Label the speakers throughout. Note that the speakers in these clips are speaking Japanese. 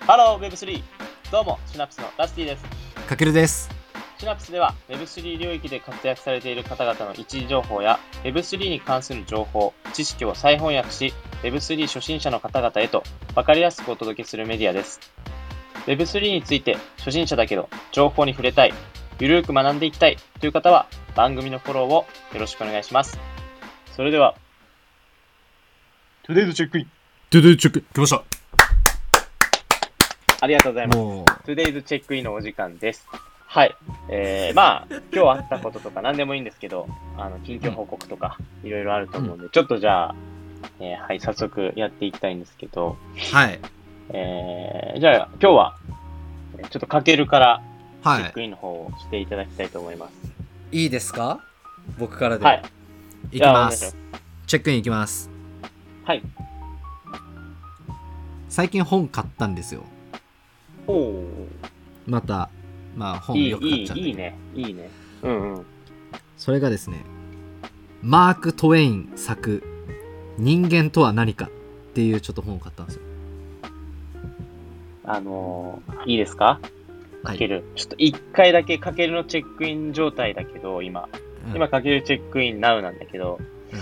Speaker 1: ハロー Web3! どうも、シナプスのダスティです。
Speaker 2: かけるです。
Speaker 1: シナプスでは Web3 領域で活躍されている方々の一時情報や Web3 に関する情報、知識を再翻訳し Web3 初心者の方々へと分かりやすくお届けするメディアです。Web3 について初心者だけど情報に触れたい、ゆるーく学んでいきたいという方は番組のフォローをよろしくお願いします。それでは、トゥデイズチェックイン
Speaker 2: ドゥドゥチェック、来まし
Speaker 1: ありがとうござい
Speaker 2: た。
Speaker 1: ます。
Speaker 2: も
Speaker 1: Today's チェックインのお時間です。はい。えー、まあ、今日あったこととか何でもいいんですけど、あの、近況報告とか、いろいろあると思うんで、ちょっとじゃあ、えーはい、早速やっていきたいんですけど、
Speaker 2: う、はい。
Speaker 1: えー、じゃあ、今日は、えーちょっとかけるから、チェ
Speaker 2: は
Speaker 1: ックインの方をしていただきたいと思います。
Speaker 2: い。いいですか僕からで。
Speaker 1: はい。
Speaker 2: いき
Speaker 1: じゃあ
Speaker 2: ま
Speaker 1: お願いし
Speaker 2: す。チェックインいきます。
Speaker 1: はい。
Speaker 2: 最近本買ったんですよ。
Speaker 1: おお
Speaker 2: また、まあ本
Speaker 1: いい
Speaker 2: よ、く買
Speaker 1: い
Speaker 2: っちゃ
Speaker 1: い、いい
Speaker 2: って。
Speaker 1: ね。いいね。うんうん。
Speaker 2: それがですね、マーク・トウェイン作、人間とは何かっていうちょっと本を買ったんですよ。
Speaker 1: あのーいいですか
Speaker 2: は
Speaker 1: か
Speaker 2: い
Speaker 1: ける。ちょっと一回だけかけるのチェックイン状態だけど、今。
Speaker 2: うん
Speaker 1: 今かけるチェックインナウなんだけど、
Speaker 2: うん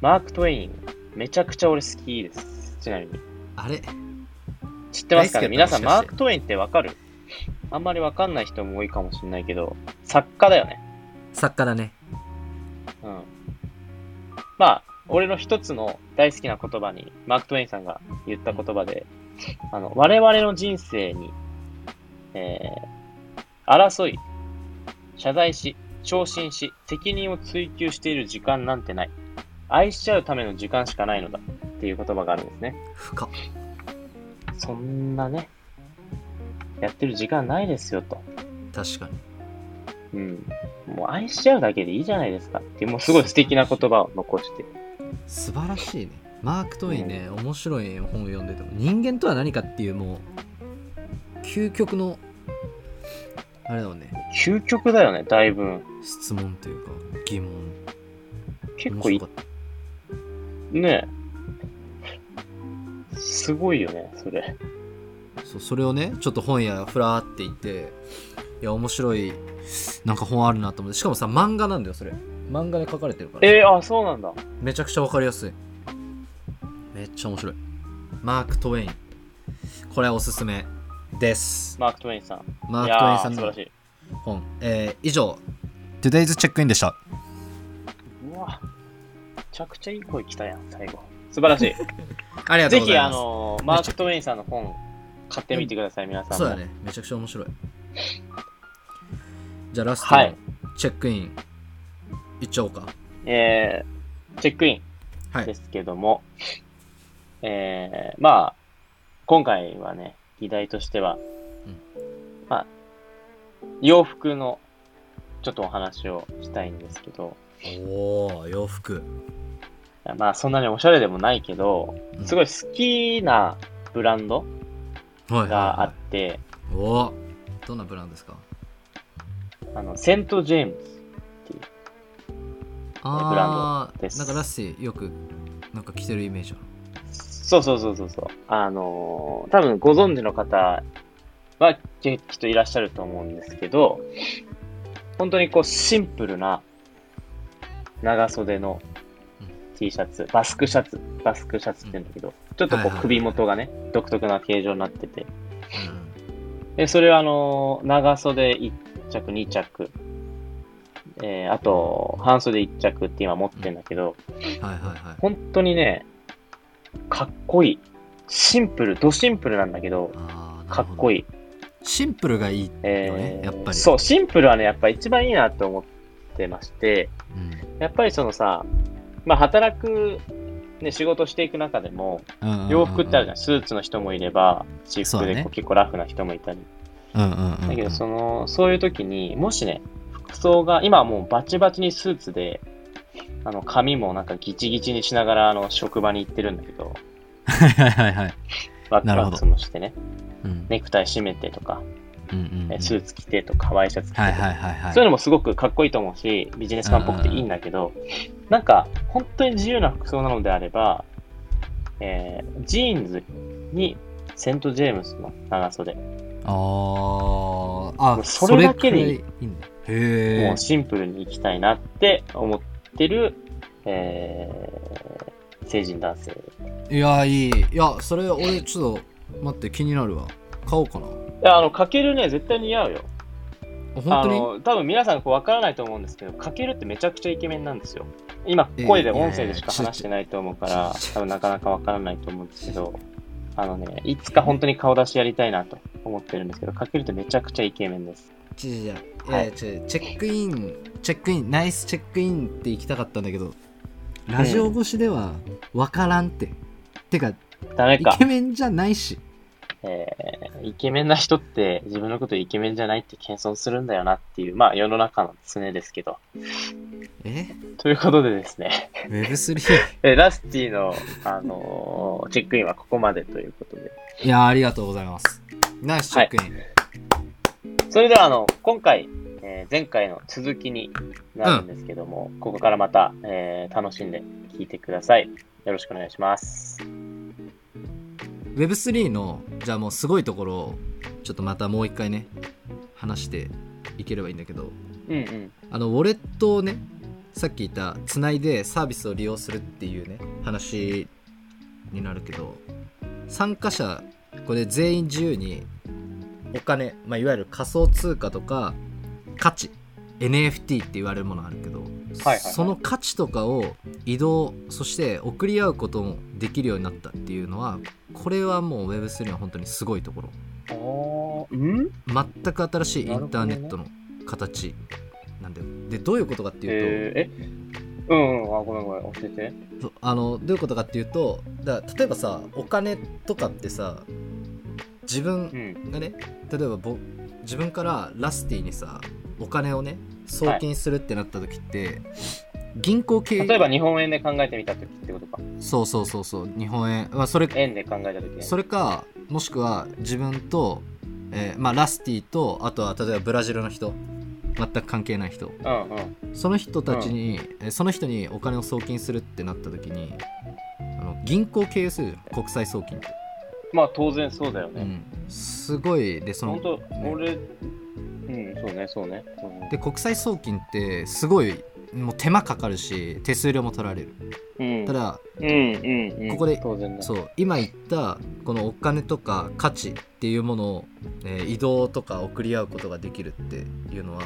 Speaker 1: マーク・トウェイン、めちゃくちゃ俺好きです。ちなみに。
Speaker 2: あれ
Speaker 1: 知ってますかね
Speaker 2: 大好きだ
Speaker 1: 皆
Speaker 2: った
Speaker 1: さん、
Speaker 2: もしかして
Speaker 1: マーク・トウェインってわかるあんまりわかんない人も多いかもしれないけど、作家だよね。
Speaker 2: 作家だね。
Speaker 1: うん。まあ、俺の一つの大好きな言葉に、マーク・トウェインさんが言った言葉で、あの、我々の人生に、えー、争い、謝罪し、昇進し、責任を追求している時間なんてない。愛しちゃうための時間しかないのだ。っていう言葉があるんですね。
Speaker 2: 深っ。
Speaker 1: そんなね、やってる時間ないですよと。
Speaker 2: 確かに。
Speaker 1: うん。もう愛しちゃうだけでいいじゃないですかっていう、もうすごい素敵な言葉を残して。
Speaker 2: 素晴らしいねマーク・トウェインね、面白い本を読んでても人間とは何かっていうもう究極のあれだもんね
Speaker 1: 究極だよね、だいぶ。
Speaker 2: 質問というか疑問
Speaker 1: 結構い
Speaker 2: 面白かっ
Speaker 1: ねえ。すごいよね、そ れ。
Speaker 2: たそうそれをねちょっと本屋ふらーって行っていや面白いなんか本あるなと思ってしかもさ漫画なんだよそれ漫画で書かれてるから
Speaker 1: えー、あ、そうなんだ。
Speaker 2: めちゃくちゃわかりやすいめっちゃ面白いマーク・トウェインこれはおすすめです
Speaker 1: マーク・トウェインさん。
Speaker 2: マーク・トウェインさん
Speaker 1: いやー素
Speaker 2: の
Speaker 1: 晴らし
Speaker 2: 本、えー、以上 Today's チェックインでした
Speaker 1: い。うわ、めちゃくちゃいい声来たやん、最後。素晴ら しい。
Speaker 2: ありがと
Speaker 1: ぜ
Speaker 2: うご
Speaker 1: ひ、
Speaker 2: ざい
Speaker 1: あ
Speaker 2: ます
Speaker 1: のーマーク・トウェインさんの本、買ってみてください、皆さんも。
Speaker 2: そうだねめちゃくちゃ面白いじゃあラスト
Speaker 1: は
Speaker 2: の
Speaker 1: い
Speaker 2: チェックインいっちゃおうか
Speaker 1: えーチェックイ
Speaker 2: は
Speaker 1: ンで
Speaker 2: い
Speaker 1: すけども、えーまあ、今回はね、議題としては、
Speaker 2: うん
Speaker 1: まあ、洋服の、ちょっとお話をしたいんですけど、
Speaker 2: おお洋服
Speaker 1: まあ、そんなにおしゃれでもないけど、
Speaker 2: うん
Speaker 1: すごい好きなブランド
Speaker 2: はいはい、
Speaker 1: があっ
Speaker 2: は
Speaker 1: て、
Speaker 2: い、おおどんなブランドですか
Speaker 1: あの、セント・ジェームズ
Speaker 2: あ
Speaker 1: ブランド
Speaker 2: あ
Speaker 1: です
Speaker 2: なんかラッシーよくなんか着てるイメージある。
Speaker 1: そうそうそうそうそう。あのー多分ご存知の方はききっといらっしゃると思うんですけど、本当にこうシンプルな長袖の
Speaker 2: う
Speaker 1: T シャツ、バスクシャツ、バスクシャツって言うんだけど、ちょっと
Speaker 2: はい
Speaker 1: こ
Speaker 2: はいうはい
Speaker 1: 首元がね、独特な形状になってて、で、それはあのー長袖1着、2着、えーあと、半袖1着って今持ってんだけど、
Speaker 2: うん、はいはいはい
Speaker 1: 本当にね、かっこいい。シンプル、ドシンプルなんだけど、
Speaker 2: あ
Speaker 1: かっこ
Speaker 2: い
Speaker 1: いい。
Speaker 2: シンプルがいいよね、
Speaker 1: えー
Speaker 2: やっぱり
Speaker 1: そう、シンプルはね、やっぱ一番いいなと思ってまして、
Speaker 2: うん、
Speaker 1: やっぱりそのさ、まあ働く、ね、仕事していく中でも、
Speaker 2: うんうんうんうん、
Speaker 1: 洋服ってあるじゃん。スーツの人もいれば、私
Speaker 2: そう
Speaker 1: 服で
Speaker 2: だね
Speaker 1: こう結構ラフな人もいたり。
Speaker 2: うんうんうんうん
Speaker 1: だけど、その、そういう時に、もしね、服装が、今はもうバチバチにスーツで、あの、髪もなんかギチギチにしながら、あの、職場に行ってるんだけど、
Speaker 2: はいはいはいはい、
Speaker 1: ワック
Speaker 2: なる
Speaker 1: ワッ
Speaker 2: ほど
Speaker 1: クスもしてね、
Speaker 2: うん
Speaker 1: ネクタイ締めてとか、
Speaker 2: うんうんうん、
Speaker 1: えスーツ着てとか、ワイシャツ着てとか、
Speaker 2: はいはいはいはい
Speaker 1: そういうのもすごくかっこいいと思うし、ビジネスマンっぽくていいんだけど、なんか、本当に自由な服装なのであれば、えージーンズにセント・ジェームスの長袖。
Speaker 2: ああ、あ、
Speaker 1: それだけでいい
Speaker 2: それくらいいいんだ。へ
Speaker 1: も
Speaker 2: え
Speaker 1: う。シンプルに行きたいなって思ってる、えー、成人男性。い
Speaker 2: いや、いい。いや、それ、俺、ちょっと、待って、気になるわ。買おうかな。
Speaker 1: や、あの、かけるね、絶対似合うよ。
Speaker 2: あ
Speaker 1: あ
Speaker 2: 本当に
Speaker 1: の、多分皆さんこう分からないと思うんですけど、かけるってめちゃくちゃイケメンなんですよ。今、声で
Speaker 2: ええ
Speaker 1: 音声でしか話してないと思うから、多分なかなか分からないと思うんですけど、あのね、いつか本当に顔出しやりたいなと思ってるんですけど、かけるってめちゃくちゃイケメンです。
Speaker 2: ちょちょちょ
Speaker 1: はい
Speaker 2: いやちょチェックインチェックインナイスチェックインって行きたかったんだけどラジオ越しでは分からんって、てか
Speaker 1: ダメ
Speaker 2: イ
Speaker 1: か
Speaker 2: ケ。メンじゃないし
Speaker 1: えーイケメンな人って自分のことイケメンじゃないって謙遜するんだよなっていう、まあ世の中の常ですけど。
Speaker 2: え
Speaker 1: ということでですね、
Speaker 2: Web3
Speaker 1: えラスティの、あのーチェックインはここまでということで。
Speaker 2: いやーありがとうございますナイスチェックイン、
Speaker 1: それでは、あの、今回、えー前回の続きになるんですけども、ここからまた、えー楽しんで聞いてください。よろしくお願いします。
Speaker 2: Web3 のじゃあもうすごいところをちょっとまたもう一回ね話していければいいんだけど
Speaker 1: うんうん。
Speaker 2: あのウォレットをねさっき言ったつないでサービスを利用するっていうね話になるけど参加者これ全員自由にお金、まあ、いわゆる仮想通貨とか価値 NFT って言われるものあるけど、
Speaker 1: はいはい
Speaker 2: その価値とかを移動そして送り合うこともできるようになったっていうのはこれはもう Web3 の本当にすごいところ
Speaker 1: おー、ん
Speaker 2: 全く新しいインターネットの形なんだよ、でどういうことかっていうと、
Speaker 1: えー、えうんうん、あ、ごめんごめん、教えて。
Speaker 2: そうあのどういうことかっていうとだから例えばさお金とかってさ自
Speaker 1: う
Speaker 2: 分
Speaker 1: ん。
Speaker 2: がね例えばぼ自分からラスティにさお金をね送金するってなった時って、銀行経由
Speaker 1: 例えば日本円で考えてみたときってことか。
Speaker 2: そうそうそうそう日本円、まあ、それ
Speaker 1: 円で考えたときね。
Speaker 2: それかもしくは自分と、えーまあ、ラスティとあとは例えばブラジルの人全く関係ない人
Speaker 1: うんうん。
Speaker 2: その人たちに、えその人にお金を送金するってなった時にあの銀行経由するじゃん国際送金って、
Speaker 1: まあ当然そうだよ
Speaker 2: う
Speaker 1: ね。
Speaker 2: ん、すごいでその
Speaker 1: 本当、俺、うん、そうね、そうね。うん
Speaker 2: で国際送金ってすごいもう手間かかるし手数料も取られる
Speaker 1: うん
Speaker 2: ただ
Speaker 1: うんうんうん、
Speaker 2: ここで
Speaker 1: 当然ね。
Speaker 2: そう今言ったこのお金とか価値っていうものを、えー移動とか送り合うことができるっていうのは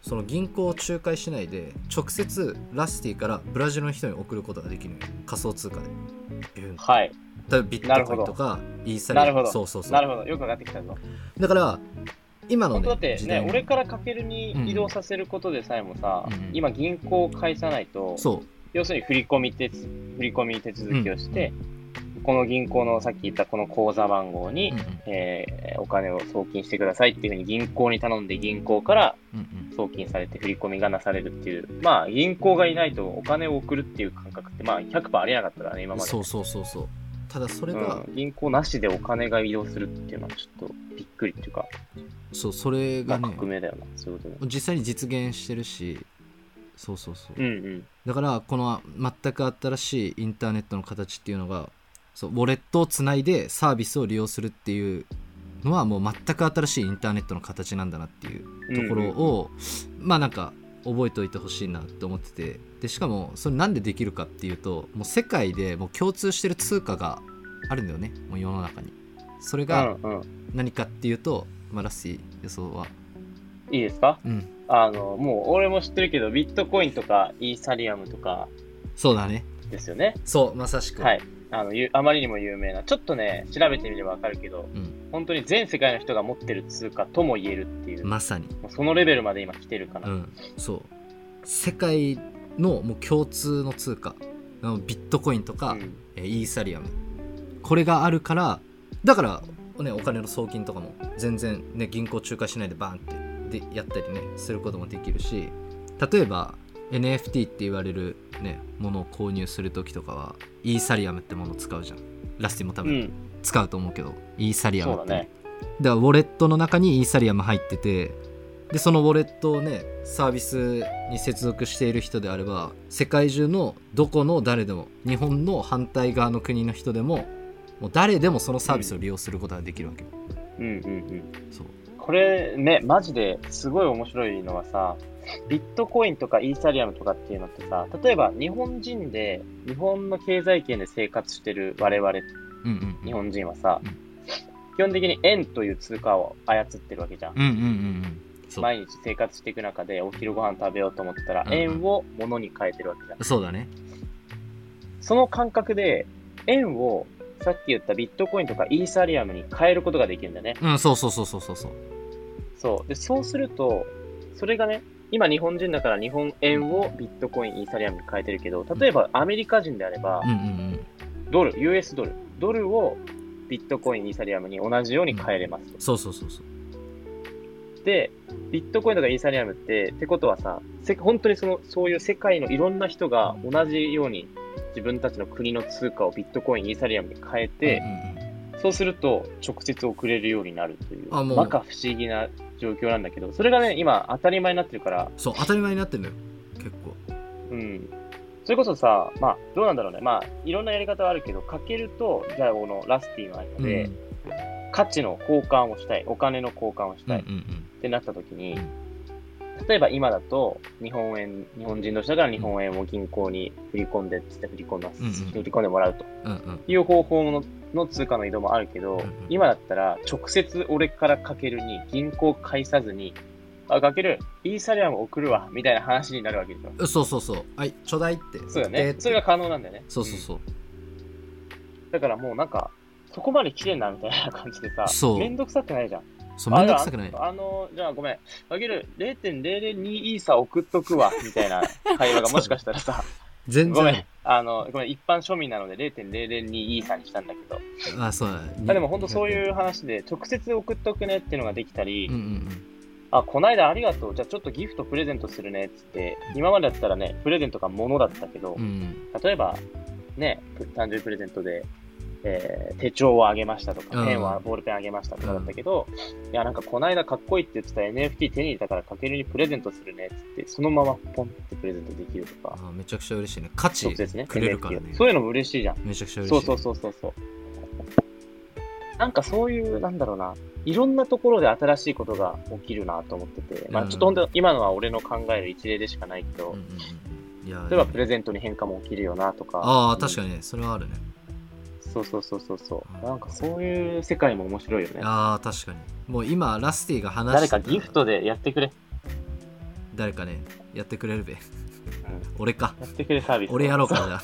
Speaker 2: その銀行を仲介しないで直接ラスティからブラジルの人に送ることができるのよ仮想通貨でビュン
Speaker 1: はい。
Speaker 2: 例えばビットコインとかイーサリ
Speaker 1: なるほ
Speaker 2: アム
Speaker 1: ど
Speaker 2: そうそうそう
Speaker 1: なるほど。よくわかってきたぞ。
Speaker 2: だから今の
Speaker 1: 本当
Speaker 2: ね
Speaker 1: だって
Speaker 2: 時代
Speaker 1: ね
Speaker 2: の、
Speaker 1: 俺からかけるに移動させることでさえもさ、
Speaker 2: うんうん
Speaker 1: 今銀行を返さないと、
Speaker 2: そ
Speaker 1: 要するに振り込み手つ、振り込み手続きをして、この銀行のさっき言ったこの口座番号
Speaker 2: う、
Speaker 1: に、
Speaker 2: うんうん
Speaker 1: えーお金を送金してくださいっていうふうに銀行に頼んで銀行から
Speaker 2: うんうん、
Speaker 1: 送金されて振り込みがなされるっていう、まあ銀行がいないとお金を送るっていう感覚って、まあ100%ありえなかったからね、今まで。
Speaker 2: そうそうそうそうただそれが、
Speaker 1: うん、銀行なしでお金が移動するっていうのはちょっとびっくりっていうか、
Speaker 2: そうそれ
Speaker 1: ま
Speaker 2: が
Speaker 1: あ、
Speaker 2: ね
Speaker 1: 革命だよな、そういうことね。
Speaker 2: 実際に実現してるしそうそうそう、
Speaker 1: うんうん。
Speaker 2: だからこの全く新しいインターネットの形っていうのがそうウォレットをつないでサービスを利用するっていうのはもう全く新しいインターネットの形なんだなっていうところを、まあなんか覚えておいてほしいなと思っててでしかもそれなんでできるかっていうともう世界でもう共通してる通貨があるんだよねもう世の中にそれ
Speaker 1: うん
Speaker 2: が
Speaker 1: うんうん
Speaker 2: 何かっていうと、まあ、ラッシー予想はい
Speaker 1: いですか
Speaker 2: うん
Speaker 1: あの、もう俺も知ってるけど、ビットコインとかイーサリアムとか
Speaker 2: そうだね
Speaker 1: ですよね。
Speaker 2: そうまさしく、
Speaker 1: はい。あの、ゆあまりにも有名な、ちょっとね、調べてみればわかるけど、
Speaker 2: うん
Speaker 1: 本当に全世界の人が持ってる通貨とも言えるっていう、も
Speaker 2: まさに
Speaker 1: うそのレベルまで今来てるかな。
Speaker 2: うん、そう世界のもう共通の通貨あのビットコインとか、
Speaker 1: うん
Speaker 2: えーイーサリアムこれがあるからだから、ね、お金の送金とかも全然、ね、銀行仲介しないでバーンってでやったりねすることもできるし例えば NFT って言われる、ね、ものを購入する時とかはイーサリアムってものを使うじゃんラスティも多
Speaker 1: う
Speaker 2: 分
Speaker 1: ん。
Speaker 2: 使うと思うけど、イーサリアムって
Speaker 1: そうだね
Speaker 2: だからウォレットの中にイーサリアム入っててでそのウォレットをねサービスに接続している人であれば世界中のどこの誰でも日本の反対側の国の人でももう誰でもそのサービスを利用することができるわけよ
Speaker 1: うんうんうん。
Speaker 2: そう
Speaker 1: これね、マジですごい面白いのはさ、ビットコインとかイーサリアムとかっていうのってさ、例えば日本人で、日本の経済圏で生活してる我々、
Speaker 2: うんうんうん
Speaker 1: 日本人はさ
Speaker 2: うん、
Speaker 1: 基本的に円という通貨を操ってるわけじゃん。
Speaker 2: うんうんうんうんそう
Speaker 1: 毎日生活していく中でお昼ご飯食べようと思ったら
Speaker 2: うんうん
Speaker 1: 円を物に変えてるわけじゃん。
Speaker 2: そうだね
Speaker 1: その感覚で円をさっき言ったビットコインとかイーサリアムに変えることができるんだよね。
Speaker 2: うんそうそうそうそうそうそう
Speaker 1: そう。で、そうすると、それがね、今日本人だから日本円をビットコイン、イーサリアムに変えてるけど、例えばアメリカ人であれば
Speaker 2: うん、うんうん
Speaker 1: ドル、US ドル、ドルをビットコイン、イーサリアムに同じように変えれますと。
Speaker 2: そうそうそうそう
Speaker 1: で、ビットコインとかイーサリアムって、ってことはさ、せ本当にその、そういう世界のいろんな人が同じように自分たちの国の通貨をビットコイン、イーサリアムに変えて
Speaker 2: う、んうん
Speaker 1: そうすると直接送れるようになるという、
Speaker 2: あもう
Speaker 1: まか不思議な状況なんだけど、それがね、今当たり前になってるから、
Speaker 2: そう当たり前になってるのよ結構
Speaker 1: うん。それこそさ、まあ、どうなんだろうね。まあ、いろんなやり方はあるけど、かけると、じゃあこのラスティの間で、
Speaker 2: うん
Speaker 1: 価値の交換をしたい、お金の交換をし
Speaker 2: うんう
Speaker 1: たい
Speaker 2: ん
Speaker 1: ってなった時に、
Speaker 2: うん
Speaker 1: 例えば今だと、日本円、日本人同士だから日本円を銀行に振り込んでっつって振り込んだ、
Speaker 2: んうん
Speaker 1: 振り込んでもらうと
Speaker 2: うんうんうん
Speaker 1: いう方法のの通貨の移動もあるけど、
Speaker 2: んうん
Speaker 1: 今だったら直接俺からかけるに銀行介さずに、あ、かける、イーサリアム送るわ、みたいな話になるわけでしょ。
Speaker 2: うんそうそうそうはいちょうだいって
Speaker 1: そうだ
Speaker 2: で
Speaker 1: ね。それが可能なんだよね。
Speaker 2: そうそうそう
Speaker 1: うんだからもうなんか、そこまで来てんなみたいな感じでさ、
Speaker 2: そう
Speaker 1: めんどくさくないじゃん。
Speaker 2: そうめんどくさくない
Speaker 1: ああの、じゃあごめん、あげる0.002イーサ送っとく わ、みたいな会話がもしかしたらさ、
Speaker 2: 全
Speaker 1: ごめん
Speaker 2: 然、
Speaker 1: あの、ごめん、一般庶民なので0.002イーサにしたんだけど、
Speaker 2: あそうだ
Speaker 1: まあでも本当そう
Speaker 2: う
Speaker 1: いう話で、直接送っとくねっていうのができたり、
Speaker 2: うんうん
Speaker 1: あ、こないだありがとう、じゃあちょっとギフトプレゼントするねっつって、今までだったらね、プレゼントが物だったけど、
Speaker 2: うんうん
Speaker 1: 例えば、ね、誕生日プレゼントで、えー手帳をあげましたと
Speaker 2: う
Speaker 1: か、
Speaker 2: ん
Speaker 1: ペンはボールペンあげましたとかだったけど、いや、なんかこの間かっこいいって言ってた NFT 手に入れたからかけるにプレゼントするねっつって、そのままポンってプレゼントできるとか、
Speaker 2: あめちゃくちゃ嬉しいね価値
Speaker 1: 直接ね、
Speaker 2: くれるからね
Speaker 1: NFT をそういうのも嬉しいじゃん。
Speaker 2: めちゃくちゃ
Speaker 1: そ
Speaker 2: 嬉
Speaker 1: う
Speaker 2: しい
Speaker 1: そうそうそうそう。なんかそういう、なんだろうな、いろんなところで新しいことが起きるなと思ってて、まあ
Speaker 2: うん
Speaker 1: ちょっと本当今のは俺の考える一例でしかないけど、
Speaker 2: うんうんうんいや
Speaker 1: 例えばプレゼントに変化も起きるよなとか。
Speaker 2: ああ
Speaker 1: うん
Speaker 2: 確かにねそれはあるね
Speaker 1: そうそうそうそうそう。
Speaker 2: うん
Speaker 1: なんかそういう世界も面白いよね。
Speaker 2: ああ確かにもう今ラスティが話
Speaker 1: 誰
Speaker 2: してた
Speaker 1: かギフトでやってくれ。
Speaker 2: 誰かねやってくれるべ俺か
Speaker 1: やってくれサービス。
Speaker 2: 俺やろうか
Speaker 1: そ
Speaker 2: じゃ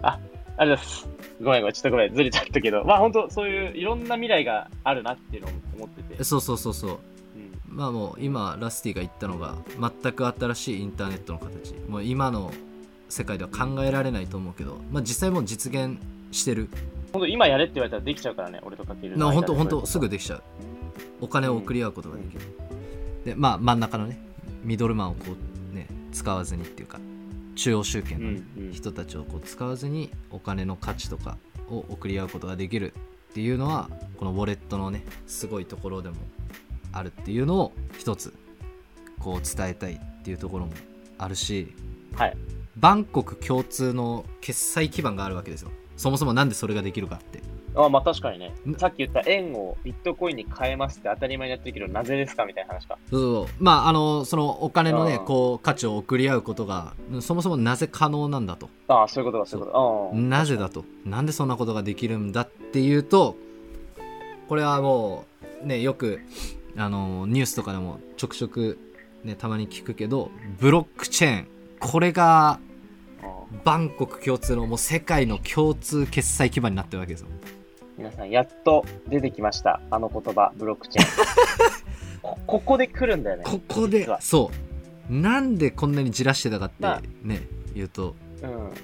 Speaker 2: あ
Speaker 1: ありがとうございます。ごめんごめん、ちょっとごめん、ずれちゃったけど、まあ本当そういういろんな未来があるなっていうのを思ってて。
Speaker 2: そうそうそうそう
Speaker 1: うん
Speaker 2: まあもう今ラスティが言ったのが全く新しいインターネットの形もう今の世界では考えられないと思うけど、まあ、実際もう実現してる
Speaker 1: 本当今やれって言われたらできちゃうからね、俺とかける
Speaker 2: な
Speaker 1: の間で。
Speaker 2: 本当
Speaker 1: そういうこ
Speaker 2: 本当
Speaker 1: と
Speaker 2: すぐ。できちゃうお金を送り合うことができる、でまあ真ん中のねミドルマンをこうね使わずにっていうか中央集
Speaker 1: うん
Speaker 2: 権のね
Speaker 1: うん。
Speaker 2: 人たちをこう使わずにお金の価値とかを送り合うことができるっていうのはこのウォレットのねすごいところでもあるっていうのを一つこう伝えたいっていうところもあるし
Speaker 1: はい。
Speaker 2: バンコク共通の決済基盤があるわけですよそもそもなんでそれができるかって
Speaker 1: あまあ確かにね
Speaker 2: ん。
Speaker 1: さっき言った円をビットコインに変えますって当たり前にやってるけど、なぜですかみたいな話か。
Speaker 2: そうそうまああのそのお金の
Speaker 1: あ
Speaker 2: ね
Speaker 1: ー
Speaker 2: こう価値を送り合うことがそもそもなぜ可能なんだと
Speaker 1: ああ、そういうことだ、そういうことだ。うん。
Speaker 2: なぜだとなんでそんなことができるんだっていうとこれはもうねよくあのニュースとかでもちょくちょく、ね、たまに聞くけどブロックチェーンこれが
Speaker 1: うん
Speaker 2: バンコク共通のもう世界の共通決済基盤になってるわけですよ
Speaker 1: 皆さん、やっと出てきました。あの言葉、ブロックチェ ーン。こここで来るんだよね。
Speaker 2: ここで
Speaker 1: 実は
Speaker 2: そうなんでこんなにじらしてたかって
Speaker 1: まあ
Speaker 2: ね言うと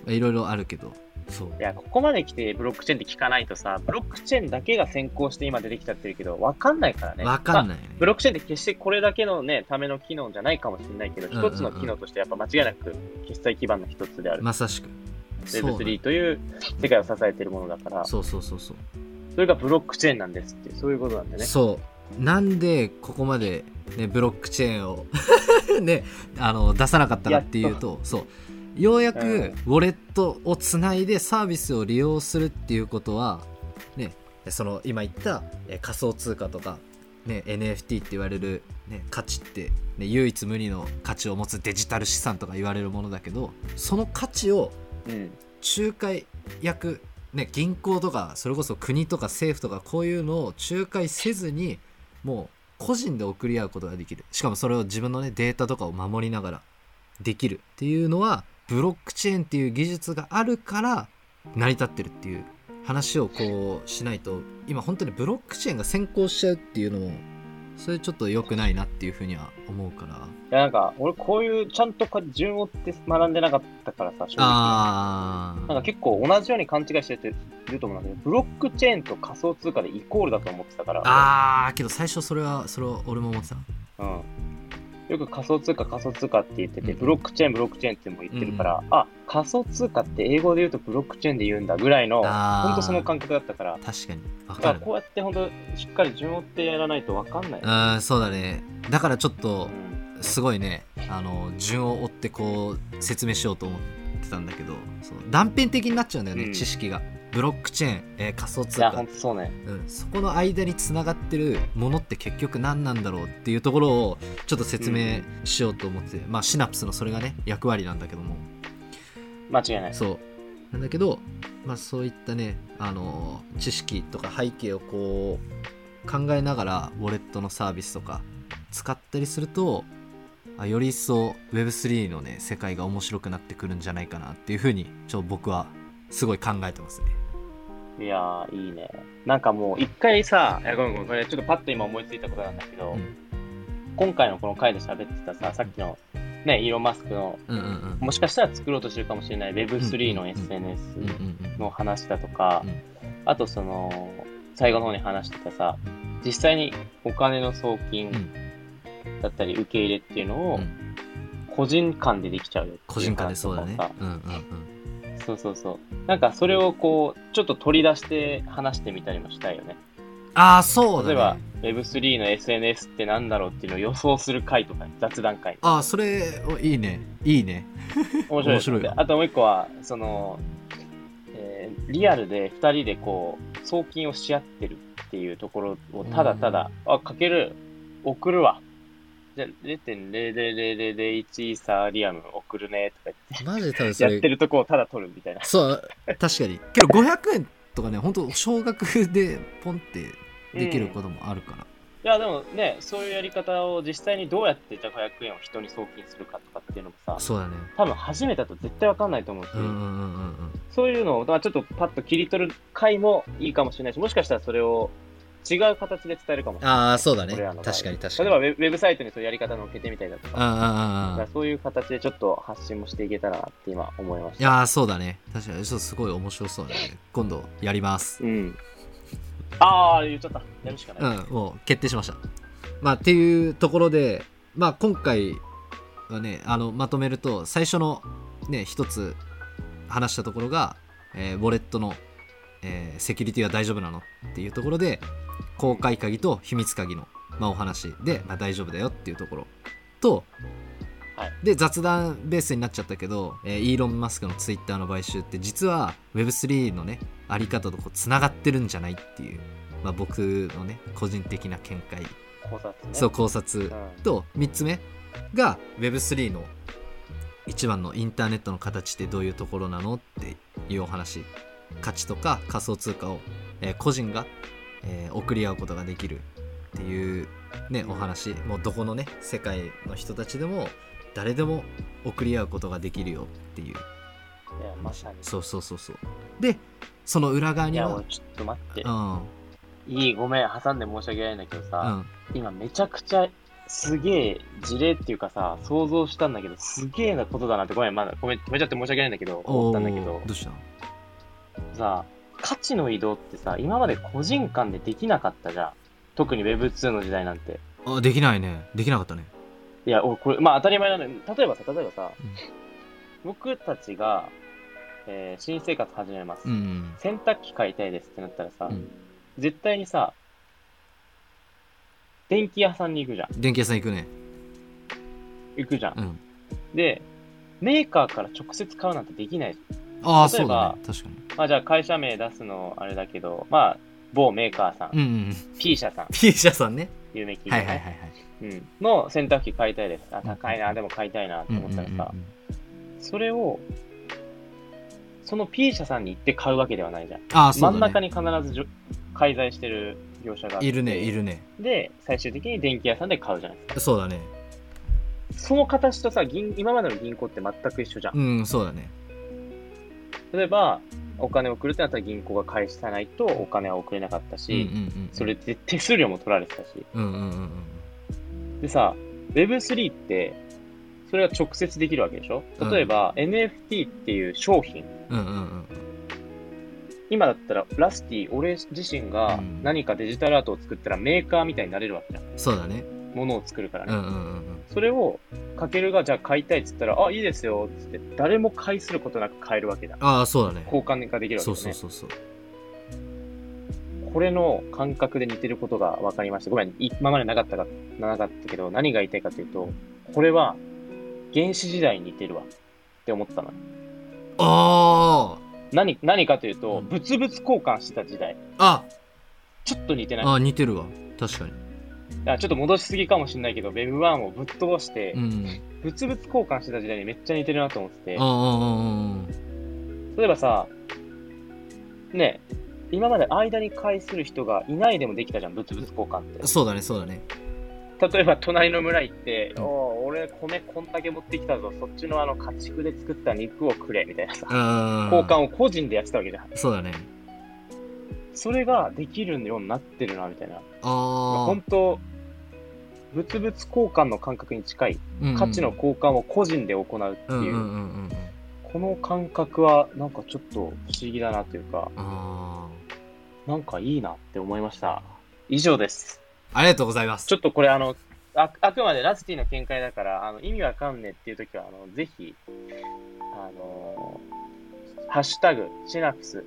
Speaker 1: うん。
Speaker 2: いろいろあるけどそう
Speaker 1: いや、ここまで来てブロックチェーンって聞かないとさ、ブロックチェーンだけが先行して今出てきちゃってるけど、わかんないからね。
Speaker 2: わかん
Speaker 1: まあ
Speaker 2: ないよね、
Speaker 1: ブロックチェーンって決してこれだけのね、ための機能じゃないかもしれないけど、
Speaker 2: うんうんうん
Speaker 1: 一つの機能としてやっぱ間違いなく決済基盤の一つである。
Speaker 2: まさしくそうなの
Speaker 1: Web3 という世界を支えているものだから、そ
Speaker 2: そうそうそうそう
Speaker 1: れがブロックチェーンなんですっていう、そういうことなんだよね。
Speaker 2: そうなんでここまで、ね、ブロックチェーンを ねあの出さなかったかっていうとそうようやく
Speaker 1: うん
Speaker 2: ウォレットをつないでサービスを利用するっていうことは、ねえその今言ったえ仮想通貨とか、ね、NFT って言われる、ね、価値って、ね、唯一無二の価値を持つデジタル資産とか言われるものだけどその価値を
Speaker 1: うん。
Speaker 2: 仲介役、ね、銀行とかそれこそ国とか政府とかこういうのを仲介せずにもう個人で送り合うことができるしかもそれを自分の、ね、データとかを守りながらできるっていうのはブロックチェーンっていう技術があるから成り立ってるっていう話をこうしないと今本当にブロックチェーンが先行しちゃうっていうのもそれちょっと良くないなっていうふうには思うから
Speaker 1: いや、なんか、俺こういう、ちゃんとこう順を追って学んでなかったからさ、正直。
Speaker 2: あ
Speaker 1: なんか
Speaker 2: あ
Speaker 1: 結構同じように勘違いしててると思うんだけど、ブロックチェーンと仮想通貨でイコールだと思ってたから、
Speaker 2: あーけど最初それはそれは俺も思ってた
Speaker 1: うん、よく仮想通貨、仮想通貨って言ってて、
Speaker 2: うん
Speaker 1: ブロックチェーン、ブロックチェーンっても言ってるから、あ仮想通貨って英語で言うとブロックチェーンで言うんだぐらいの、
Speaker 2: あー
Speaker 1: 本当その感覚だったから、
Speaker 2: 確かに
Speaker 1: だ
Speaker 2: わ
Speaker 1: か
Speaker 2: からる
Speaker 1: こうやって本当、しっかり順を追ってやらないと分かんない。
Speaker 2: うんそうだねだからちょっ
Speaker 1: う
Speaker 2: と
Speaker 1: ん
Speaker 2: すごいねあの順を追ってこう説明しようと思ってたんだけどそう断片的になっちゃうんだよね、
Speaker 1: うん
Speaker 2: 知識がブロックチェーン、えー仮想通
Speaker 1: いや、
Speaker 2: 貨
Speaker 1: 本当そうね。
Speaker 2: うん、そこの間につながってるものって結局何なんだろうっていうところをちょっと説明しようと思ってて、まあシナプスのそれがね役割なんだけども
Speaker 1: 間違いない。
Speaker 2: そうなんだけど、まあ、そういったね、あのー知識とか背景をこう考えながらウォレットのサービスとか使ったりするとあより一層 Web3 のね世界が面白くなってくるんじゃないかなっていうふうにちょっと僕はすごい考えてますね。
Speaker 1: いやー、いいね。なんかもう、一回さ、いやごめんごめん、これちょっとパッと今思いついたことなんだけど、
Speaker 2: うん
Speaker 1: 今回のこの回で喋ってたさ、さっきの、ね、イーロン・マスクの、
Speaker 2: うんうんうん
Speaker 1: もしかしたら作ろうとしてるかもしれない Web3
Speaker 2: う
Speaker 1: の
Speaker 2: んうんうん
Speaker 1: SNS
Speaker 2: うんうんうん
Speaker 1: の話だとか、
Speaker 2: うん
Speaker 1: あとその、最後の方に話してたさ、実際にお金の送金
Speaker 2: うん
Speaker 1: だったり受け入れっていうのを
Speaker 2: うん
Speaker 1: 個人間でできちゃうよって
Speaker 2: 個
Speaker 1: いう
Speaker 2: 人間で
Speaker 1: 話と
Speaker 2: そう
Speaker 1: か
Speaker 2: だ
Speaker 1: を
Speaker 2: ね。
Speaker 1: さ、
Speaker 2: うんうん
Speaker 1: そうそうそう。なんかそれをこう、ちょっと取り出して話してみたりもしたいよね。
Speaker 2: うん、ああそう
Speaker 1: 例え
Speaker 2: だ
Speaker 1: ば
Speaker 2: ね。
Speaker 1: Web3 の SNS ってなんだろうっていうのを予想する回とか、雑談会。
Speaker 2: ああそれおいいねいいね。
Speaker 1: 面白い
Speaker 2: 面白いよ
Speaker 1: あともう一個はその、えーリアルで2人でこう送金をし合ってるっていうところをただただ、あかける送るわじゃあ0.00001イーサリアム送るねとか
Speaker 2: マジで多分そ
Speaker 1: 言っ
Speaker 2: れ
Speaker 1: てやってるとこをただ取るみたいな
Speaker 2: そう確かにけど500円とかね本当少額でポンってできることもあるから、
Speaker 1: いやでもねそういうやり方を実際にどうやってじゃあ500円を人に送金するかとかっていうのもさ
Speaker 2: そうだね
Speaker 1: 多分初めてだと絶対わかんないと思うし、
Speaker 2: うんうんうんうんうん
Speaker 1: そういうのを、まあ、ちょっとパッと切り取る回もいいかもしれないし、もしかしたらそれを違う形で伝えるかもしれない。
Speaker 2: ああそうだね
Speaker 1: 俺らの場合
Speaker 2: 確かに確か
Speaker 1: 例え
Speaker 2: に
Speaker 1: ばウェブウェブサイトにそういうやり方のっけてみたりだとか、
Speaker 2: うんうんうんう
Speaker 1: だ
Speaker 2: ん
Speaker 1: からそういう形でちょっと発信もしていけたらなって今思いまし
Speaker 2: い
Speaker 1: た。
Speaker 2: やーそうだね確かにそうすごい面白そうだね今度やります
Speaker 1: うん。ああ、言っちゃった。やるしか
Speaker 2: う
Speaker 1: ない。
Speaker 2: んもう決定しましたまあっていうところでまあ今回はねあのまとめると最初のね一つ話したところが、えーウォレットの、えーセキュリティは大丈夫なのっていうところで公開鍵と秘密鍵の、まあ、お話で、まあ、大丈夫だよっていうところと、
Speaker 1: はい
Speaker 2: で雑談ベースになっちゃったけど、えーイーロン・マスクのツイッターの買収って実は Web3 のねあり方とこうつながってるんじゃないっていう、まあ、僕のね個人的な見解、
Speaker 1: 考察ね。
Speaker 2: そう考
Speaker 1: う
Speaker 2: 察
Speaker 1: ん。
Speaker 2: と3つ目が Web3 の一番のインターネットの形ってどういうところなのっていうお話価値とか仮想通貨を、えー個人が、えー送り合うことができるっていう、ね、お話もうどこのね世界の人たちでも誰でも送り合うことができるよっていう
Speaker 1: いや、まさに。
Speaker 2: そうそうそうそうでその裏側
Speaker 1: い
Speaker 2: に
Speaker 1: や、
Speaker 2: は
Speaker 1: 俺ちょっと待って
Speaker 2: う。ん
Speaker 1: いい、ごめん、挟んで申し訳ないんだけど
Speaker 2: う
Speaker 1: さ、
Speaker 2: ん
Speaker 1: 今めちゃくちゃすげえ事例っていうかさ、想像したんだけど、すげえなことだなって、ごめん、まだ、ごめん、止めちゃって申し訳ないんだけど、思
Speaker 2: お
Speaker 1: ったんだけ
Speaker 2: ー
Speaker 1: ど
Speaker 2: ど、うしたの
Speaker 1: さ、価値の移動ってさ、今まで個人間でできなかったじゃん。特に Web2 の時代なんて。
Speaker 2: あできないねできなかったね
Speaker 1: いや、おこれ、まあ当たり前なんだけど、例えばさ、例えばさ、
Speaker 2: うん
Speaker 1: 僕たちが、えー新生活始めます、
Speaker 2: うんうん
Speaker 1: 洗濯機買いたいですってなったらさ、
Speaker 2: うん
Speaker 1: 絶対にさ、電気屋さんに行くじゃん。
Speaker 2: 電気屋さん行くね
Speaker 1: 行くじゃん
Speaker 2: う。ん
Speaker 1: で、メーカーから直接買うなんてできない。
Speaker 2: ああ
Speaker 1: 例
Speaker 2: そ
Speaker 1: え
Speaker 2: うだ
Speaker 1: ば
Speaker 2: ね確かに
Speaker 1: まあじゃあ会社名出すのあれだけど、まあ某メーカーさん、
Speaker 2: うんうんうん。
Speaker 1: P 社さん、
Speaker 2: P 社さんね。
Speaker 1: 有名企業、
Speaker 2: はい
Speaker 1: ね
Speaker 2: はいはいはい。
Speaker 1: うん、の洗濯機買いたいです。あ、高いな、でも買いたいなって思ったらさ、それを、その P 社さんに行って買うわけではないじゃん。
Speaker 2: ああ、そ
Speaker 1: 真
Speaker 2: うんだ、
Speaker 1: 中
Speaker 2: ね。
Speaker 1: に必ずじょ介在してる業者があって
Speaker 2: いるね、いるね。
Speaker 1: で、最終的に電気屋さんで買うじゃないですか。
Speaker 2: そうだね。
Speaker 1: その形とさ、銀今までの銀行って全く一緒じゃん。
Speaker 2: うん、そうだね。
Speaker 1: 例えば、お金を送るってなったら銀行が返さないとお金は送れなかった
Speaker 2: うんうん
Speaker 1: し、
Speaker 2: うん。
Speaker 1: それで手数料も取られてたし。
Speaker 2: うんうんうんうん。
Speaker 1: でさ、Web3 って、それは直接できるわけでしょ
Speaker 2: うん
Speaker 1: 例えば、NFT っていう商品。
Speaker 2: うんうんうん。
Speaker 1: 今だったら、ラスティ、俺自身が
Speaker 2: うん
Speaker 1: 何かデジタルアートを作ったらメーカーみたいになれるわけじゃん。
Speaker 2: そうだね。
Speaker 1: ものを作るから
Speaker 2: う
Speaker 1: ね。
Speaker 2: んうんうんうん。
Speaker 1: それを、かけるが、じゃあ買いたいっつったら、あ、いいですよ、っつって、誰も介することなく買えるわけだ。
Speaker 2: ああ、そうだね。
Speaker 1: 交換ができるわけだよね。
Speaker 2: そうそうそうそう。
Speaker 1: これの感覚で似てることが分かりました。ごめん、今までなかったか、なかったけど、何が言いたいかというと、これは原始時代に似てるわって思ったの。
Speaker 2: あ
Speaker 1: 何、何かというと、
Speaker 2: うん
Speaker 1: 物々交換してた時代。
Speaker 2: ああ
Speaker 1: ちょっと似てない。
Speaker 2: ああ似てるわ。確かに。
Speaker 1: あちょっと戻しすぎかもしれないけど、Web1 をぶっ飛ばして
Speaker 2: う、ん。
Speaker 1: 物々交換してた時代にめっちゃ似てるなと思ってて
Speaker 2: ああ、、あ
Speaker 1: 例えばさ、ね、今まで間に介する人がいないでもできたじゃん、物々交換って
Speaker 2: あ、。そうだね、そうだね。
Speaker 1: 例えば隣の村行って「
Speaker 2: うん
Speaker 1: おう俺米こんだけ持ってきたぞそっちのあの家畜で作った肉をくれ」みたいなさ
Speaker 2: ああ。
Speaker 1: 交換を個人でやってたわけじゃん
Speaker 2: そうだね。
Speaker 1: それができるようになってるなみたいな
Speaker 2: あ
Speaker 1: 本当物々交換の感覚に近い
Speaker 2: あ。
Speaker 1: 価値の交換を個人で行うって
Speaker 2: うんうん
Speaker 1: いううん
Speaker 2: うんうん。
Speaker 1: この感覚はなんかちょっと不思議だなというか
Speaker 2: あ
Speaker 1: なんかいいなって思いました以上です
Speaker 2: あ。ありがとうございます
Speaker 1: ち。ょっとこれあの、ああくまでラスティの見解だから、あの意味わかんねえっていう時は、あのぜひ、あのーハッシュタグ、シナプス、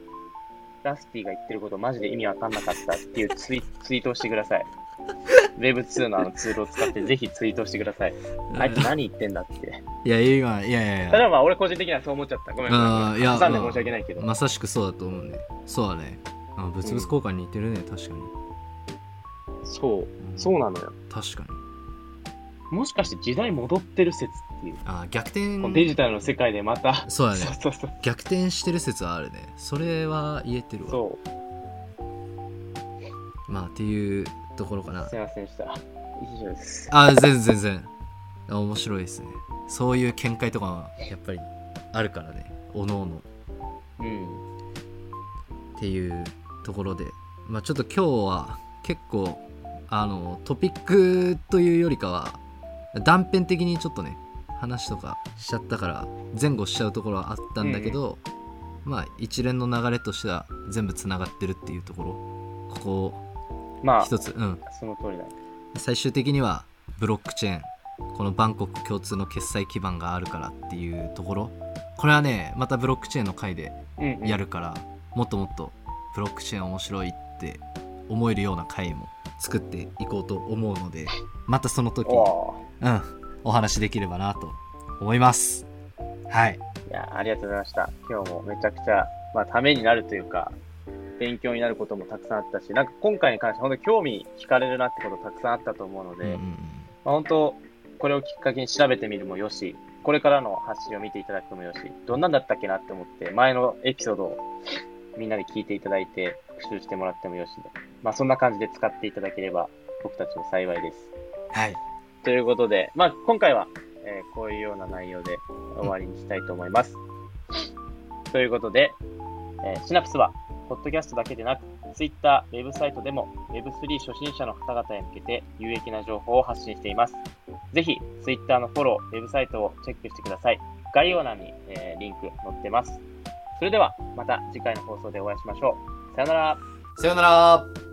Speaker 1: ラスティが言ってることマジで意味わかんなかったっていうツイツイートをしてください。Web2 のあのツールを使ってぜひツイートしてください。あいつ何言ってんだって。
Speaker 2: いや、今、いやいやい
Speaker 1: た
Speaker 2: や。
Speaker 1: だまあ俺個人的にはそう思っちゃった。ごめんごめん
Speaker 2: あ
Speaker 1: ご
Speaker 2: あ、
Speaker 1: め
Speaker 2: い
Speaker 1: ん。
Speaker 2: や、
Speaker 1: 挟んで申し訳ないけど。
Speaker 2: まさしくそうだと思うんで。そうだね。あ物々交換似てるね、確かに。
Speaker 1: そう、
Speaker 2: うん
Speaker 1: そうなのよ。
Speaker 2: 確かに。
Speaker 1: もしかして時代戻ってる説っていう。
Speaker 2: ああ、逆
Speaker 1: このデ
Speaker 2: 転。
Speaker 1: ジタルの世界でまた。
Speaker 2: そうだ
Speaker 1: そう
Speaker 2: ね。
Speaker 1: そうそう。
Speaker 2: 逆転してる説はあるね。それは言えてるわ。
Speaker 1: そう。
Speaker 2: まあ、っていうところかな
Speaker 1: す。いませんでした。以上です。
Speaker 2: あ全然全然あ面白いですねそういう見解とかはやっぱりあるからねおのおの
Speaker 1: うん。
Speaker 2: っていうところでまあちょっと今日は結構あのトピックというよりかは断片的にちょっとね話とかしちゃったから前後しちゃうところはあったんだけど、まあ一連の流れとしては全部つながってるっていうところここ
Speaker 1: ま
Speaker 2: を
Speaker 1: あ、
Speaker 2: 一つうん
Speaker 1: その通りだ。
Speaker 2: 最終的にはブロックチェーンこのバンコク共通の決済基盤があるからっていうところこれはねまたブロックチェーンの回で
Speaker 1: うん、
Speaker 2: や。るから、もっともっとブロックチェーン面白いって思えるような回も作っていこうと思うのでまたその時、
Speaker 1: おお
Speaker 2: うん、お話できればなと思いますはい
Speaker 1: ー。いや、ありがとうございました。今日もめちゃくちゃ、まあ、ためになるというか、勉強になることもたくさんあったし、なんか今回に関して本当に興味惹かれるなってことたくさんあったと思うの
Speaker 2: うんう
Speaker 1: で、
Speaker 2: んうん
Speaker 1: まあ、本当、これをきっかけに調べてみるもよし、これからの発信を見ていただくもよし、どんなんだったっけなって思って、前のエピソードをみんなで聞いていただいて、復習してもらってもよしで、まあそんな感じで使っていただければ、僕たちも幸いです。
Speaker 2: はい
Speaker 1: ということで、まあ、今回は、えーこういうような内容で終わりにしたいと思います。ということで、えーシナプスは、ポッドキャストだけでなく、Twitter、ウェブサイトでも Web3 初心者の方々へ向けて有益な情報を発信しています。ぜひ、Twitter のフォロー、ウェブサイトをチェックしてください。概要欄に、えーリンク載ってます。それでは、また次回の放送でお会いしましょう。さよなら。
Speaker 2: さよなら